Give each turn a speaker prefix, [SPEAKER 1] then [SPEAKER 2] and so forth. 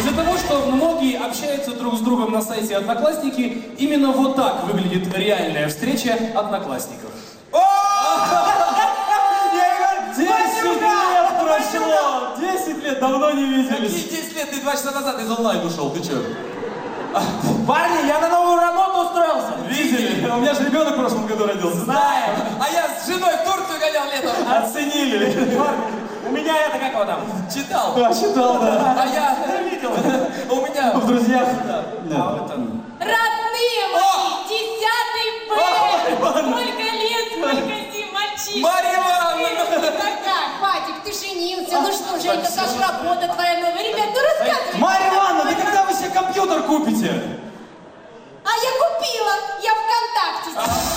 [SPEAKER 1] Из-за того, что многие общаются друг с другом на сайте Одноклассники, именно вот так выглядит реальная встреча Одноклассников.
[SPEAKER 2] Я
[SPEAKER 1] 10 лет прошло! 10 лет давно не виделись.
[SPEAKER 2] Какие 10 лет? Ты два часа назад из онлайн ушел, ты че?
[SPEAKER 3] Парни, я на новую работу устроился.
[SPEAKER 1] Видели? У меня же ребенок в прошлом году родился.
[SPEAKER 3] Знаем.
[SPEAKER 2] А я с женой в Турцию гонял летом,
[SPEAKER 1] Оценили.
[SPEAKER 3] У меня это как его там?
[SPEAKER 2] читал.
[SPEAKER 1] Да, считал, да.
[SPEAKER 2] А я...
[SPEAKER 3] Видел?
[SPEAKER 2] У меня...
[SPEAKER 1] В друзьях.
[SPEAKER 3] А вот он.
[SPEAKER 4] Родные мои, десятый Б! Сколько лет, сколько зим, мальчишки!
[SPEAKER 2] Марья Ивановна! А,
[SPEAKER 4] Ну как, Вадик, ты женился, ну что, Женька, как работа твоя новая? Ребят, ну рассказывай!
[SPEAKER 1] Марья Ивановна, да когда вы себе компьютер купите?
[SPEAKER 4] А я купила, я ВКонтакте.